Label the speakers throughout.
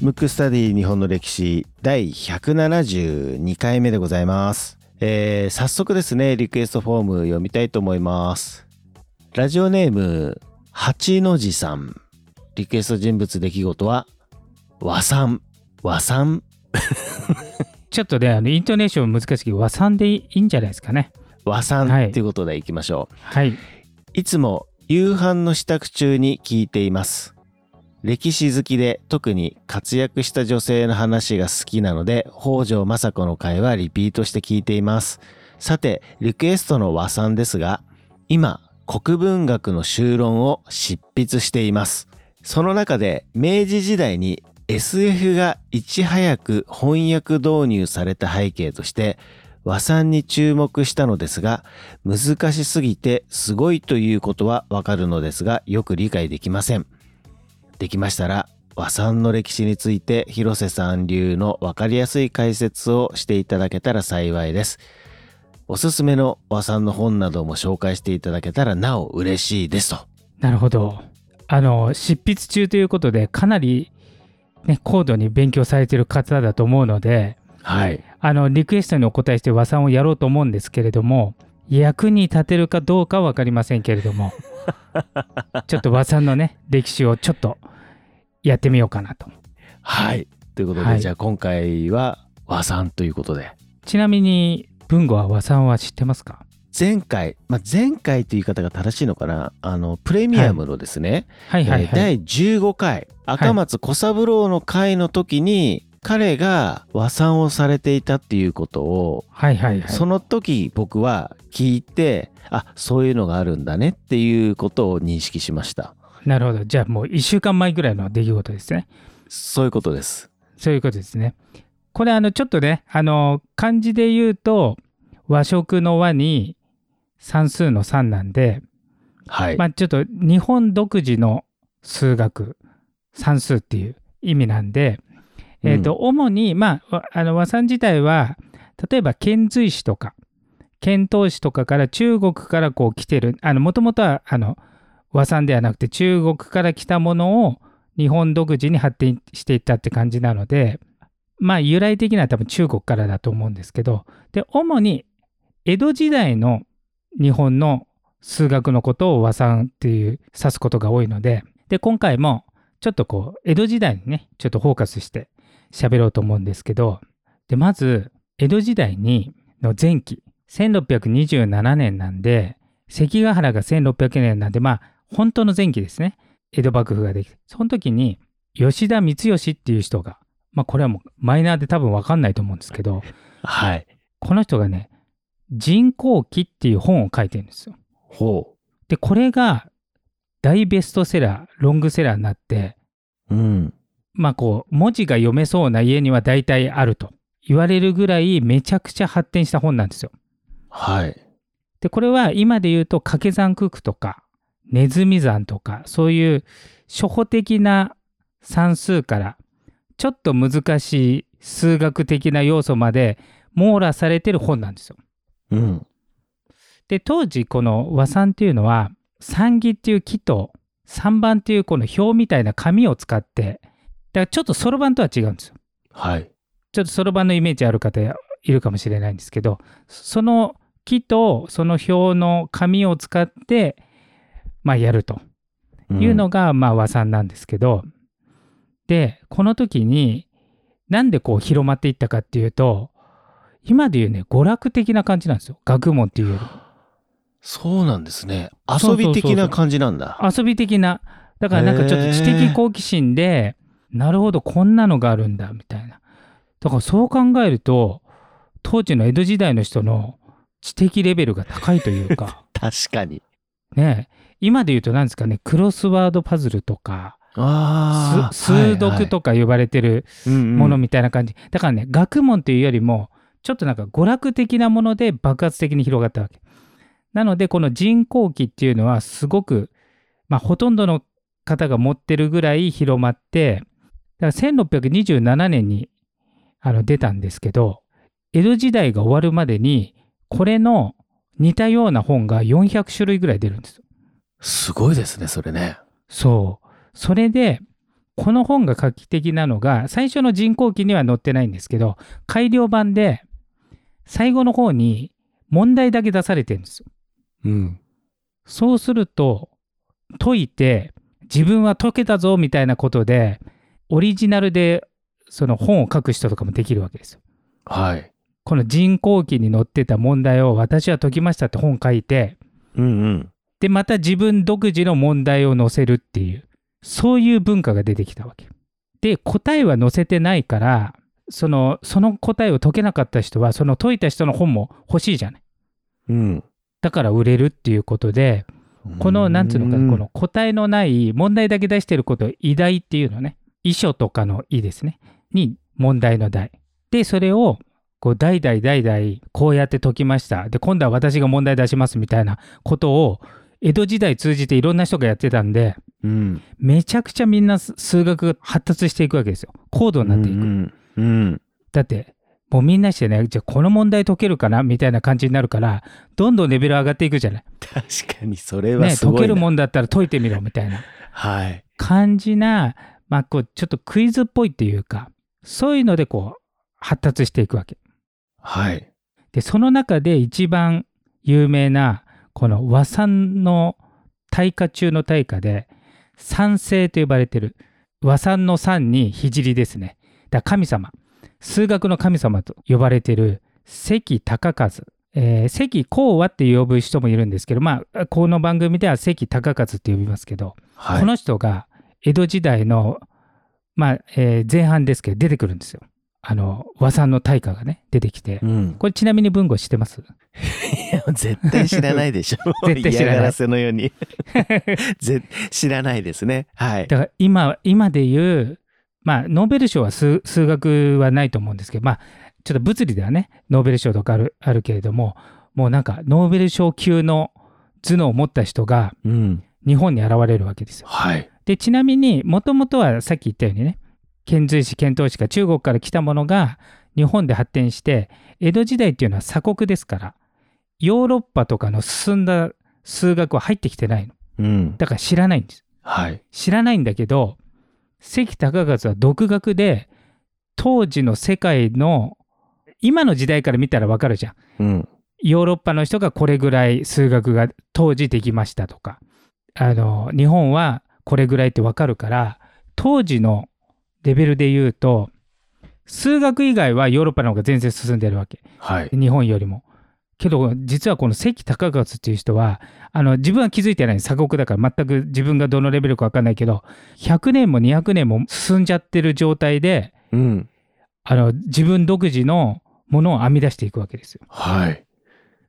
Speaker 1: ムックスタディ日本の歴史第172回目でございます、えー早速ですねリクエストフォーム読みたいと思いますラジオネーム八の字さんリクエスト人物出来事は和さん和さん
Speaker 2: ちょっとね、あのイントネーション難しいけど、和さんでいいんじゃないですかね。
Speaker 1: 和さん、
Speaker 2: はい
Speaker 1: ということでいきましょう
Speaker 2: はい。
Speaker 1: いつも夕飯の支度中に聞いています。歴史好きで特に活躍した女性の話が好きなので北条政子の会はリピートして聞いています。さてリクエストの和さんですが今国文学の修論を執筆しています。その中で明治時代に SF がいち早く翻訳導入された背景として和さんに注目したのですが難しすぎてすごいということはわかるのですがよく理解できませんできましたら和さんの歴史について広瀬さん流のわかりやすい解説をしていただけたら幸いですおすすめの和さんの本なども紹介していただけたらなお嬉しいですと
Speaker 2: なるほど。あの、執筆中ということで、かなり、ね、高度に勉強されてる方だと思うので、
Speaker 1: はい
Speaker 2: あの、リクエストにお答えして和さんをやろうと思うんですけれども、役に立てるかどうかは分かりませんけれ ども、ちょっと和さんのね、歴史をちょっとやってみようかなと。
Speaker 1: はいということで、
Speaker 2: はい
Speaker 1: じゃあ今回は和さんということで
Speaker 2: ちなみに、文吾は和さんは知ってますか
Speaker 1: 前回、まあ、前回という言い方が正しいのかなあのプレミアムのですね、
Speaker 2: はいはい
Speaker 1: えー
Speaker 2: はい。
Speaker 1: 第15回赤松小三郎の回の時に、彼が和算をされていたっていうことを、
Speaker 2: はいはいはい。
Speaker 1: その時僕は聞いてあそういうのがあるんだねっていうことを認識しました
Speaker 2: なるほど。じゃあもう1週間前ぐらいの出来事ですね。
Speaker 1: そういうことです
Speaker 2: そういうことですね。これあのちょっとね、あの漢字で言うと和食の和に算数の3なんで、
Speaker 1: はい、
Speaker 2: まあちょっと日本独自の数学、算数っていう意味なんで、えっ、と、主に、まあわ、あの和算自体は、例えば遣隋使とか、遣唐使とかから中国からこう来てる、あの、もともとは、あの、和算ではなくて中国から来たものを日本独自に発展していったって感じなので、まあ由来的には多分中国からだと思うんですけど、で、主に江戸時代の日本の数学のことを和算っていう指すことが多いので、で、今回もちょっとこう、江戸時代にね、ちょっとフォーカスして喋ろうと思うんですけど、で、まず、江戸時代にの前期、1627年なんで、関ヶ原が1600年なんで、まあ、本当の前期ですね。江戸幕府ができて。その時に、吉田光義っていう人が、まあ、これはもうマイナーで多分わかんないと思うんですけど、
Speaker 1: はい
Speaker 2: この人がね、人工記っていう本を書いてるんですよ。
Speaker 1: ほ
Speaker 2: で、これが大ベストセラー、ロングセラーになって、
Speaker 1: ううん
Speaker 2: まあこう、文字が読めそうな家には大体あると言われるぐらいめちゃくちゃ発展した本なんですよ。
Speaker 1: はい
Speaker 2: で、これは今で言うと掛け算九九とか、ネズミ算とか、そういう初歩的な算数から、ちょっと難しい数学的な要素まで網羅されてる本なんですよ。
Speaker 1: うん
Speaker 2: で当時この和算っていうのは三木っていう木と三番っていうこの表みたいな紙を使ってだからちょっとそろばんとは違うんですよ
Speaker 1: はい
Speaker 2: ちょっとそろばんのイメージある方いるかもしれないんですけどその木とその表の紙を使ってまあやると
Speaker 1: ん
Speaker 2: いうのがまあ和算なんですけど、でこの時になんでこう広まっていったかっていうと今でいうね娯楽的な感じなんですよ学問っていうより
Speaker 1: そうなんですね
Speaker 2: そう
Speaker 1: 遊
Speaker 2: そうそうそう
Speaker 1: び的な感じなんだ
Speaker 2: 遊び的なだからなんかちょっと知的好奇心でなるほどこんなのがあるんだみたいなだからそう考えると当時の江戸時代の人の知的レベルが高いとい うか
Speaker 1: 確かに
Speaker 2: ね今で言うと何ですかねクロスワードパズルとか
Speaker 1: ああ
Speaker 2: す数読とか呼ばれてるものみたいな感じ、だからね学問というよりもちょっとなんか娯楽的なもので爆発的に広がったわけなのでこの人工機っていうのはすごく、まあ、ほとんどの方が持ってるぐらい広まってだから1627年にあの出たんですけど江戸時代が終わるまでにこれの似たような本が400種類ぐらい出るんですよ
Speaker 1: すごいですね、それね。
Speaker 2: そう。それで、この本が画期的なのが、最初の人工期には載ってないんですけど、改良版で、最後の方に問題だけ出されてるんですよ。
Speaker 1: うん。
Speaker 2: そうすると、解いて、自分は解けたぞみたいなことで、オリジナルでその本を書く人とかもできるわけですよ。
Speaker 1: はい。
Speaker 2: この人工期に載ってた問題を私は解きましたって本書いて、
Speaker 1: うんうん。
Speaker 2: で、また自分独自の問題を載せるっていう、そういう文化が出てきたわけ。で、答えは載せてないから、その、その答えを解けなかった人は、その解いた人の本も欲しいじゃない。
Speaker 1: うん。
Speaker 2: だから売れるっていうことで、この、なんつうのかな、この答えのない問題だけ出してることを偉大っていうのね。遺書とかの意ですね。に問題の題。で、それを、こう、代々代々、こうやって解きました。で、今度は私が問題出しますみたいなことを、江戸時代通じていろんな人がやってたんで、
Speaker 1: うん。
Speaker 2: めちゃくちゃみんなす数学が発達していくわけですよ。高度になっていく。
Speaker 1: うんうん。
Speaker 2: だって、もうみんなしてね、じゃあこの問題解けるかなみたいな感じになるから、どんどんレベル上がっていくじゃない。
Speaker 1: 確かに、それは
Speaker 2: ね、
Speaker 1: す
Speaker 2: 解
Speaker 1: ご
Speaker 2: け
Speaker 1: い
Speaker 2: る
Speaker 1: な。
Speaker 2: もんだったら解いてみろみたいな。
Speaker 1: はい。
Speaker 2: 感じな、まあ、こうちょっとクイズっぽいっていうかそういうのでこう発達していくわけ
Speaker 1: はい。
Speaker 2: でその中で一番有名なこの和算の大化中の大化で三聖と呼ばれてる和算の三に聖ですねだから神様数学の神様と呼ばれてる関高和、えー関光和って呼ぶ人もいるんですけどまあこの番組では関高和って呼びますけど
Speaker 1: はい。
Speaker 2: この人が江戸時代の、まあえー前半ですけど出てくるんですよ。あの和算の大家がね出てきて、
Speaker 1: うん、
Speaker 2: これちなみに文語してます
Speaker 1: 絶対知らないでし ょ
Speaker 2: 絶対知らない
Speaker 1: 嫌がらせのように ぜ知らないですねはい
Speaker 2: だから今今で言う、まあ、ノーベル賞は数数学はないと思うんですけど、まあ、ちょっと物理ではねノーベル賞とかあるあるけれどももうなんかノーベル賞級の頭脳を持った人が
Speaker 1: うん
Speaker 2: 日本に現れるわけですよ。
Speaker 1: はい
Speaker 2: でちなみにもともとはさっき言ったようにね遣隋使遣唐使が中国から来たものが日本で発展して江戸時代っていうのは鎖国ですからヨーロッパとかの進んだ数学は入ってきてないの
Speaker 1: うん
Speaker 2: だから知らないんです
Speaker 1: はい
Speaker 2: 知らないんだけど関高勝は独学で当時の世界の今の時代から見たらわかるじゃ
Speaker 1: う
Speaker 2: ん
Speaker 1: ん
Speaker 2: ヨーロッパの人がこれぐらい数学が当時できましたとかあの日本はこれぐらいってわかるから当時のレベルで言うと数学以外はヨーロッパの方が全然進んでるわけ
Speaker 1: はい
Speaker 2: 日本よりも。けど実はこの関高勝っていう人はあの自分は気づいてない鎖国だから全く自分がどのレベルかわかんないけど100年も200年も進んじゃってる状態で
Speaker 1: うん
Speaker 2: あの自分独自のものを編み出していくわけですよ。
Speaker 1: はい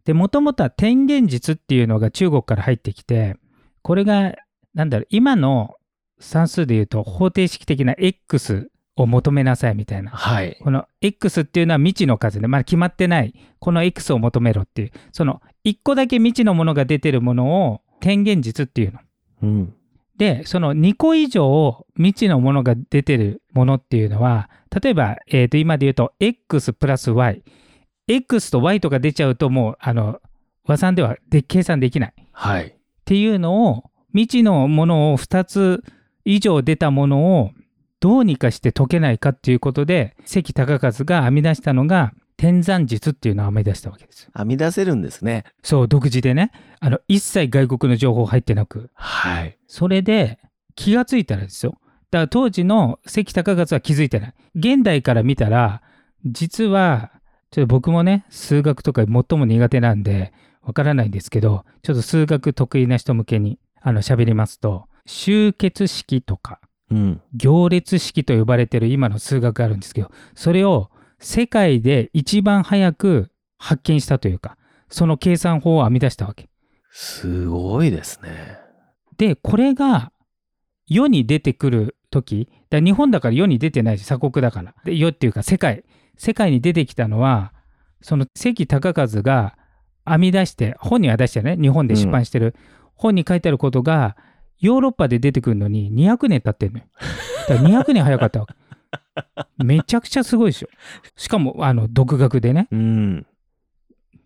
Speaker 2: で、もともとは天元術っていうのが中国から入ってきて、これが、なんだろう、今の算数で言うと方程式的な X を求めなさいみたいな。
Speaker 1: はい
Speaker 2: この X っていうのは未知の数で、まだ決まってない、この X を求めろっていう、その1個だけ未知のものが出てるものを天元術っていうの。
Speaker 1: うん
Speaker 2: で、その2個以上未知のものが出てるものっていうのは、例えば、えーと、今で言うと、x プラス y。x と y とか出ちゃうと、もう、あの、和算ではで計算できない。っ
Speaker 1: はい
Speaker 2: ていうのを、未知のものを2つ以上出たものを、どうにかして解けないかっていうことで、関高和が編み出したのが、天算術っていうのを編み出したわけですよ。
Speaker 1: 編み出せるんですね
Speaker 2: そう、独自でね、あの、一切外国の情報入ってなく、
Speaker 1: はい
Speaker 2: それで気がついたらですよ。だから当時の関高勝は気づいてない。現代から見たら、実は、ちょっと僕もね、数学とか最も苦手なんで、わからないんですけど、ちょっと数学得意な人向けに、あの、喋りますと、集結式とか、
Speaker 1: うん
Speaker 2: 行列式と呼ばれてる今の数学があるんですけど、それを世界で一番早く発見したというか、その計算法を編み出したわけ。
Speaker 1: すごいですね
Speaker 2: でこれが世に出てくる時だから日本だから世に出てないし鎖国だからで世っていうか世界世界に出てきたのはその関高和が編み出して本には出してね日本で出版してる、本に書いてあることがヨーロッパで出てくるのに200年経ってんのよだから200年早かったわけめちゃくちゃすごいでしょしかもあの独学でね
Speaker 1: うん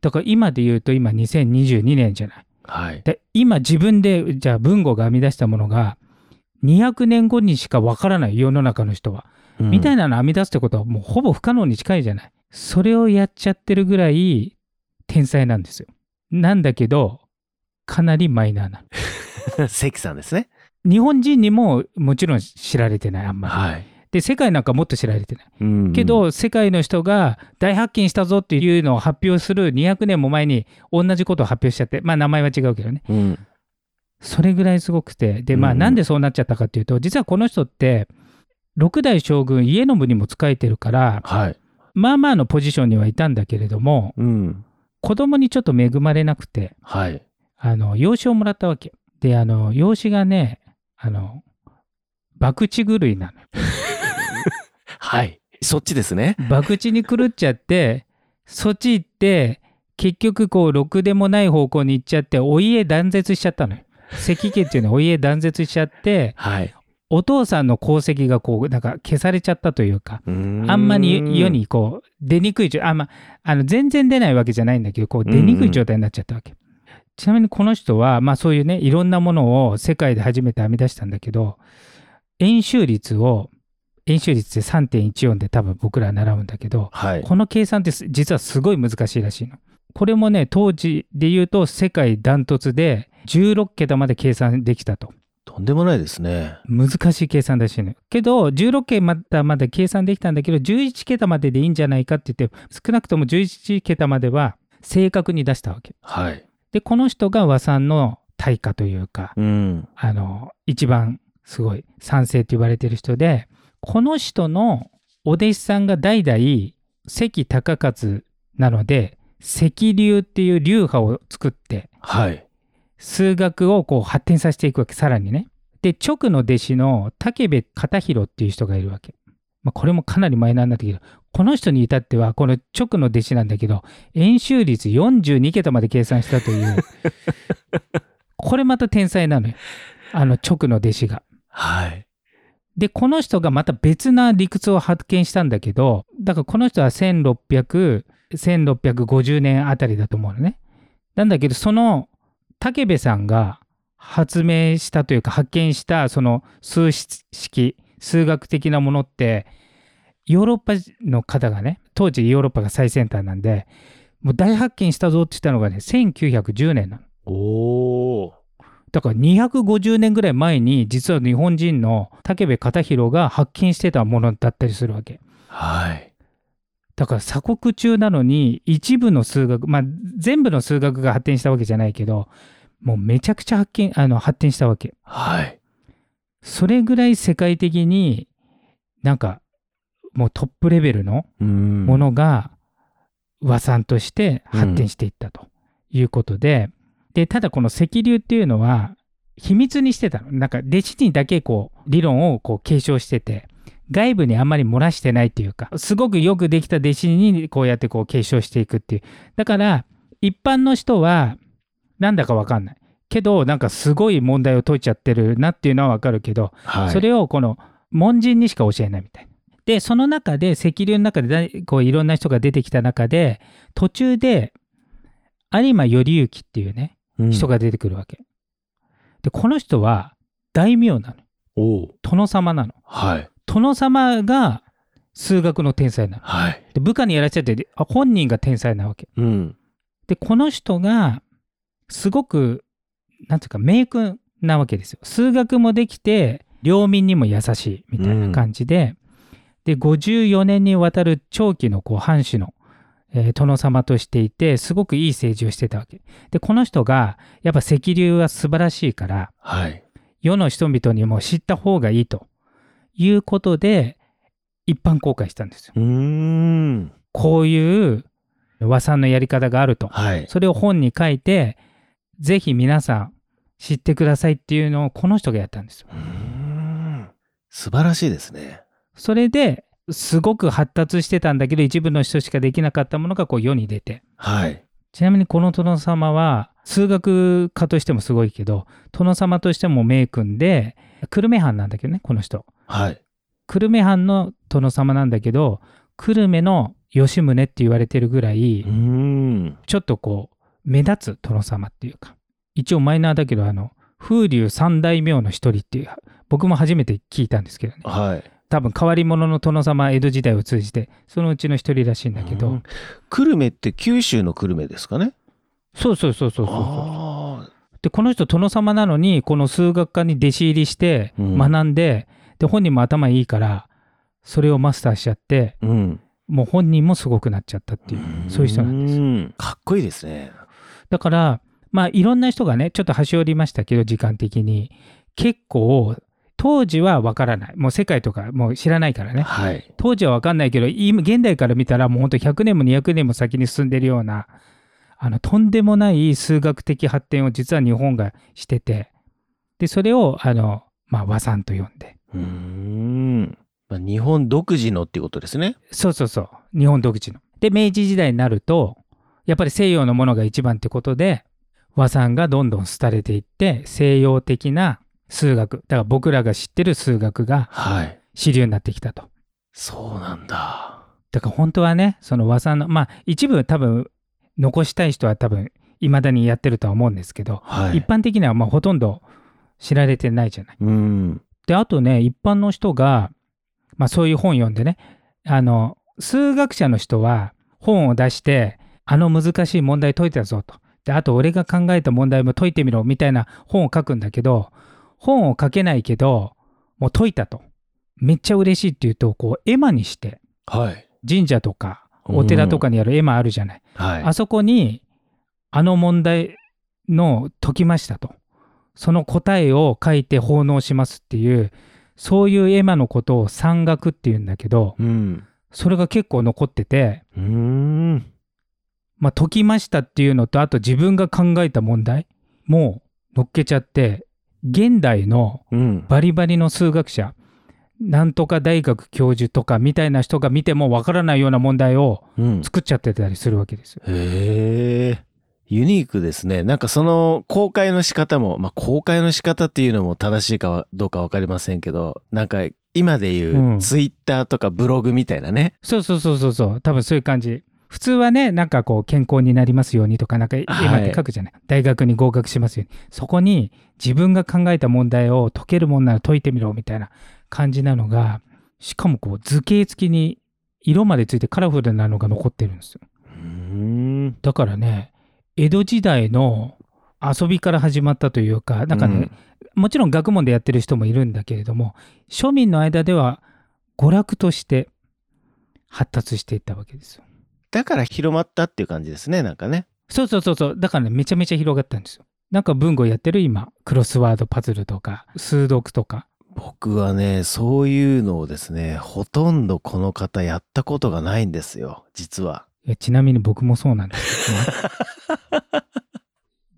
Speaker 2: だから今で言うと今2022年じゃない
Speaker 1: はい。
Speaker 2: で今自分でじゃあ文語が編み出したものが200年後にしかわからない世の中の人は、みたい
Speaker 1: な。
Speaker 2: なの編み出すってことはもうほぼ不可能に近いじゃないそれをやっちゃってるぐらい天才なんですよなんだけどかなりマイナーな
Speaker 1: 関さんですね。
Speaker 2: 日本人にももちろん知られてないあんまり、
Speaker 1: はい。
Speaker 2: で世界なんかもっと知られてない
Speaker 1: うん
Speaker 2: け、ど、世界の人が大発見したぞっていうのを発表する200年も前に同じことを発表しちゃってまあ名前は違うけどね
Speaker 1: うん。
Speaker 2: それぐらいすごくてでま
Speaker 1: う
Speaker 2: あ
Speaker 1: ん
Speaker 2: なんでそうなっちゃったかっていうと、実はこの人って六代将軍家宣にも仕えてるから
Speaker 1: はい。
Speaker 2: まあまあのポジションにはいたんだけれども
Speaker 1: うん。
Speaker 2: 子供にちょっと恵まれなくて
Speaker 1: はい。
Speaker 2: あの養子をもらったわけであの養子がねあの博打狂いなのよ
Speaker 1: はい。そっちですね。
Speaker 2: 博打に狂っちゃってそっち行って結局こうろくでもない方向に行っちゃってお家断絶しちゃったのよ関家っていうのはお家断絶しちゃって
Speaker 1: はい。
Speaker 2: お父さんの功績がこうなんか消されちゃったというか
Speaker 1: あん
Speaker 2: あんまり世。にこう出にくい状あ、まあの全然出ないわけじゃないんだけどこう出にくい状態になっちゃったわけ、ちなみにこの人は、まあ、そういうねいろんなものを世界で初めて編み出したんだけど円周率を円周率って3.14で多分僕ら習うんだけど
Speaker 1: はい。
Speaker 2: この計算ってす実はすごい難しいらしいのこれもね当時で言うと世界ダントツで16桁まで計算できたと
Speaker 1: とんでもないですね。
Speaker 2: 難しい計算らしいのよ。けど16桁まで計算できたんだけど11桁まででいいんじゃないかって言って少なくとも11桁までは正確に出したわけ。
Speaker 1: はい。
Speaker 2: でこの人が和さんの大家というか
Speaker 1: うん。
Speaker 2: あの一番すごい賛成と言われてる人でこの人のお弟子さんが代々関高勝なので関流っていう流派を作って
Speaker 1: はい。
Speaker 2: 数学をこう発展させていくわけさらにね。で直の弟子の武部片弘っていう人がいるわけ。まあ、これもかなりマイナーになってきるこの人に至ってはこの直の弟子なんだけど円周率42桁まで計算したというこれまた天才なのよあの直の弟子が。
Speaker 1: はい。
Speaker 2: でこの人がまた別な理屈を発見したんだけどだからこの人は16001650年あたりだと思うのね。なんだけどその武部さんが発明したというか発見したその数式数学的なものってヨーロッパの方がね当時ヨーロッパが最先端なんでもう大発見したぞって言ったのがね1910年なの。
Speaker 1: おー。
Speaker 2: だから250年ぐらい前に実は日本人の武部片広が発見してたものだったりするわけ
Speaker 1: はい。
Speaker 2: だから鎖国中なのに一部の数学まあ全部の数学が発展したわけじゃないけどもうめちゃくちゃ発見あの発展したわけ
Speaker 1: はい。
Speaker 2: それぐらい世界的になんかもうトップレベルの
Speaker 1: うん
Speaker 2: ものが和算として発展していったということで,、でただこの石流っていうのは秘密にしてたのなんか弟子にだけこう理論をこう継承してて外部にあんまり漏らしてないというかすごくよくできた弟子にこうやってこう継承していくっていうだから一般の人はなんだかわかんないけどなんかすごい問題を解いちゃってるなっていうのはわかるけど
Speaker 1: はい。
Speaker 2: それをこの門人にしか教えないみたいな。でその中で石流の中でだこういろんな人が出てきた中で途中で有馬頼之っていうね人
Speaker 1: が。
Speaker 2: が出てくるわけ。でこの人は大名なの
Speaker 1: おー。
Speaker 2: 殿様なの。
Speaker 1: はい。
Speaker 2: 殿様が数学の天才なの。
Speaker 1: はい。
Speaker 2: で部下にやらせちゃってあ本人が天才なわけ。
Speaker 1: うん。
Speaker 2: でこの人がすごくなんていうか名君なわけですよ数学もできて領民にも優しいみたいな感じで、で54年にわたる長期のこう藩主の、えー殿様としていてすごくいい政治をしてたわけでこの人がやっぱ石流は素晴らしいから
Speaker 1: はい。
Speaker 2: 世の人々にも知った方がいいということで一般公開したんですよ
Speaker 1: うーん。
Speaker 2: こういう和さんのやり方があると
Speaker 1: はい。
Speaker 2: それを本に書いて、ぜひ皆さん知ってくださいっていうのをこの人がやったんですよ。
Speaker 1: うーん。素晴らしいですね。
Speaker 2: それですごく発達してたんだけど、一部の人しかできなかったものがこう世に出て。
Speaker 1: はい。
Speaker 2: ちなみにこの殿様は数学家としてもすごいけど、殿様としても名君で、久留米藩なんだけどね、この人。
Speaker 1: はい。
Speaker 2: 久留米藩の殿様なんだけど、久留米の吉宗って言われてるぐらい、
Speaker 1: うーん。
Speaker 2: ちょっとこう目立つ殿様っていうか一応マイナーだけど、あの、風流三大名の一人っていう、僕も初めて聞いたんですけどね。
Speaker 1: はい。
Speaker 2: 多分変わり者の殿様江戸時代を通じて、そのうちの一人らしいんだけど、
Speaker 1: うん久留米って九州の久留米ですかね。
Speaker 2: そうそうそうそうそうそう。
Speaker 1: あ
Speaker 2: で、この人殿様なのに、この数学科に弟子入りして、
Speaker 1: うん
Speaker 2: 学んで、で、本人も頭いいから、それをマスターしちゃって、
Speaker 1: あ。うん。
Speaker 2: もう本人もすごくなっちゃったっていう、そういう人なんです。
Speaker 1: です。かっこいいですね。
Speaker 2: だから、まあ、いろんな人がね、ちょっと端折りましたけど、時間的に。結構、当時はわからない。もう世界とか、もう知らないからね。
Speaker 1: はい。
Speaker 2: 当時はわかんないけど、今、現代から見たら、もうほんと100年も200年も先に進んでるような、あの、とんでもない数学的発展を実は日本がしてて、で、それを、あの、まあ、和算と呼んで。
Speaker 1: うーん。まあ、日本独自のっていうことですね。
Speaker 2: そうそうそう。日本独自の。で、明治時代になると、やっぱり西洋のものが一番ってことで、和算がどんどん廃れていって、西洋的な数学、だから僕らが知ってる数学が
Speaker 1: はい。
Speaker 2: 主流になってきたと。
Speaker 1: そうなんだ。
Speaker 2: だから本当はね、その和算の、まあ一部多分残したい人は多分未だにやってるとは思うんですけど、
Speaker 1: はい。
Speaker 2: 一般的にはまあほとんど知られてないじゃない。
Speaker 1: うん。
Speaker 2: で、あとね、一般の人が、まあそういう本読んでね、あの、数学者の人は本を出して、あの難しい問題解いたぞと。で、あと俺が考えた問題も解いてみろみたいな本を書くんだけど、本を書けないけど、もう解いたと。めっちゃ嬉しいっていうと、こう、絵馬にして、
Speaker 1: はい。
Speaker 2: 神社とか、お寺とかにある絵馬あるじゃない。
Speaker 1: はい。
Speaker 2: あそこに、あの問題の解きましたと。その答えを書いて奉納しますっていう、そういう絵馬のことを山岳っていうんだけど、
Speaker 1: うん。
Speaker 2: それが結構残ってて、
Speaker 1: うーん。
Speaker 2: まあ、解きましたっていうのと、あと自分が考えた問題も乗っけちゃって、現代の
Speaker 1: うん。
Speaker 2: バリバリの数学者、なんとか大学教授とかみたいな人が見てもわからないような問題を
Speaker 1: うん。
Speaker 2: 作っちゃってたりするわけですよ。
Speaker 1: へえ。ユニークですね。なんかその公開の仕方も、まあ公開の仕方っていうのも正しいかはどうかわかりませんけど、なんか今で
Speaker 2: う
Speaker 1: い
Speaker 2: ん
Speaker 1: うツイッターとかブログみたいなね。
Speaker 2: そうそうそうそうそう多分そういう感じ普通はねなんかこう健康になりますようにとかなんか絵
Speaker 1: はい
Speaker 2: 馬って書くじゃない、大学に合格しますようにそこに自分が考えた問題を解けるもんなら解いてみろみたいな感じなのがしかもこう図形付きに色までついてカラフルなのが残ってるんですよ
Speaker 1: うーん。
Speaker 2: だからね江戸時代の遊びから始まったというかなんかね、もちろん学問でやってる人もいるんだけれども庶民の間では娯楽として発達していったわけですよ。
Speaker 1: だから広まったっていう感じですね、なんかね。
Speaker 2: そうそうそうそうだからねめちゃめちゃ広がったんですよ。なんか文具をやってる今クロスワードパズルとか数読とか
Speaker 1: 僕はね、そういうのをですね、ほとんどこの方やったことがないんですよ、実は。
Speaker 2: えちなみに僕もそうなんですけどね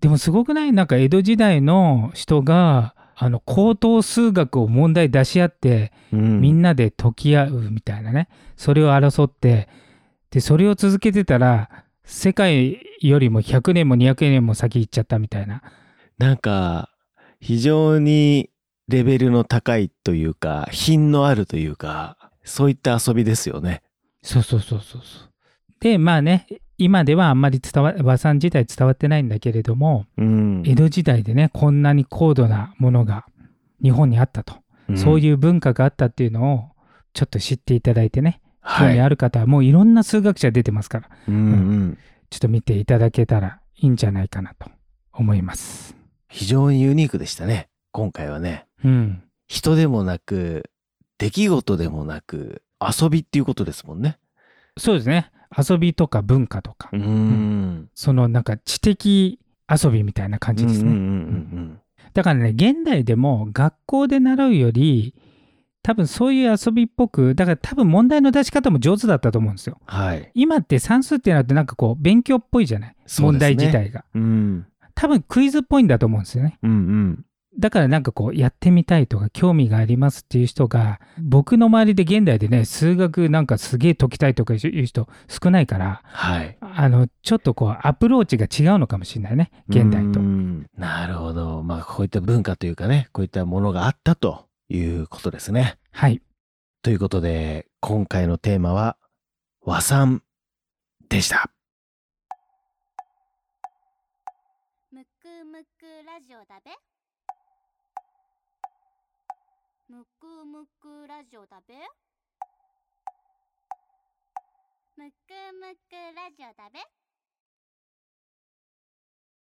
Speaker 2: でもすごくないなんか江戸時代の人があの高等数学を問題出し合って
Speaker 1: うん
Speaker 2: みんなで解き合うみたいなねそれを争ってでそれを続けてたら世界よりも100年も200年も先行っちゃったみたいな
Speaker 1: なんか、非常にレベルの高いというか、品のあるというか、そういった遊びですよね。
Speaker 2: そうそうそうそうそうでまあね今ではあんまり伝わ和さん自体伝わってないんだけれども
Speaker 1: うん
Speaker 2: 江戸時代でねこんなに高度なものが日本にあったと、そう
Speaker 1: うん、
Speaker 2: いう文化があったっていうのをちょっと知っていただいてね興
Speaker 1: は
Speaker 2: 味
Speaker 1: い。
Speaker 2: ある方はもういろんな数学者出てますから
Speaker 1: うんうん。
Speaker 2: ちょっと見ていただけたらいいんじゃないかなと思います。
Speaker 1: 非常にユニークでしたね。今回はね。
Speaker 2: うん、
Speaker 1: 人でもなく、出来事でもなく、遊びっていうことですもんね。
Speaker 2: そうですね遊びとか文化とか、
Speaker 1: うん。うん
Speaker 2: そのなんか知的遊びみたいな感じですね、
Speaker 1: うんうん
Speaker 2: だからね現代でも学校で習うより多分そういう遊びっぽくだから多分問題の出し方も上手だったと思うんですよ
Speaker 1: はい。
Speaker 2: 今って算数ってなってなんかこう勉強っぽいじゃない、
Speaker 1: そう
Speaker 2: 問
Speaker 1: ですね
Speaker 2: 題自体が
Speaker 1: うん。
Speaker 2: 多分クイズっぽいんだと思うんですよね
Speaker 1: うんうん。
Speaker 2: だからなんかこうやってみたいとか興味がありますっていう人が僕の周りで現代でね数学なんかすげえ解きたいとかいう人少ないから
Speaker 1: はい。
Speaker 2: あのちょっとこうアプローチが違うのかもしれないね現代と
Speaker 1: う。んなるほど。まあ、こういった文化というかね、こういったものがあったということですね。
Speaker 2: はい
Speaker 1: ということで、今回のテーマは、和算でした。
Speaker 3: むくむくラジオだべむくむくラジオだべむくむくラジオだべ